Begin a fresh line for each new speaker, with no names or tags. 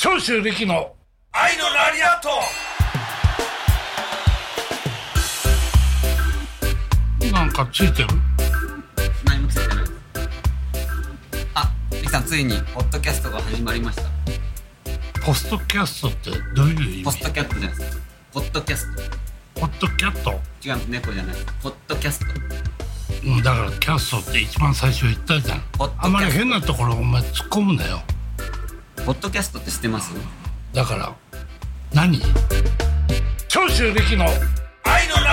長州力の愛のラリアットなんかついてる
何もついてないですあリキさんついにポッドキャストが始まりました
ポストキャストってどういう意味
ポストキャットじゃないですポッドキャスト
ポッドキャット
違う猫じゃないポッドキャスト
うんだからキャストって一番最初言ったじゃん
ポッドキャスト
あんまり変なところお前突っ込むなよ
ポッドキャストって知ってます
だから何長州力の愛のラ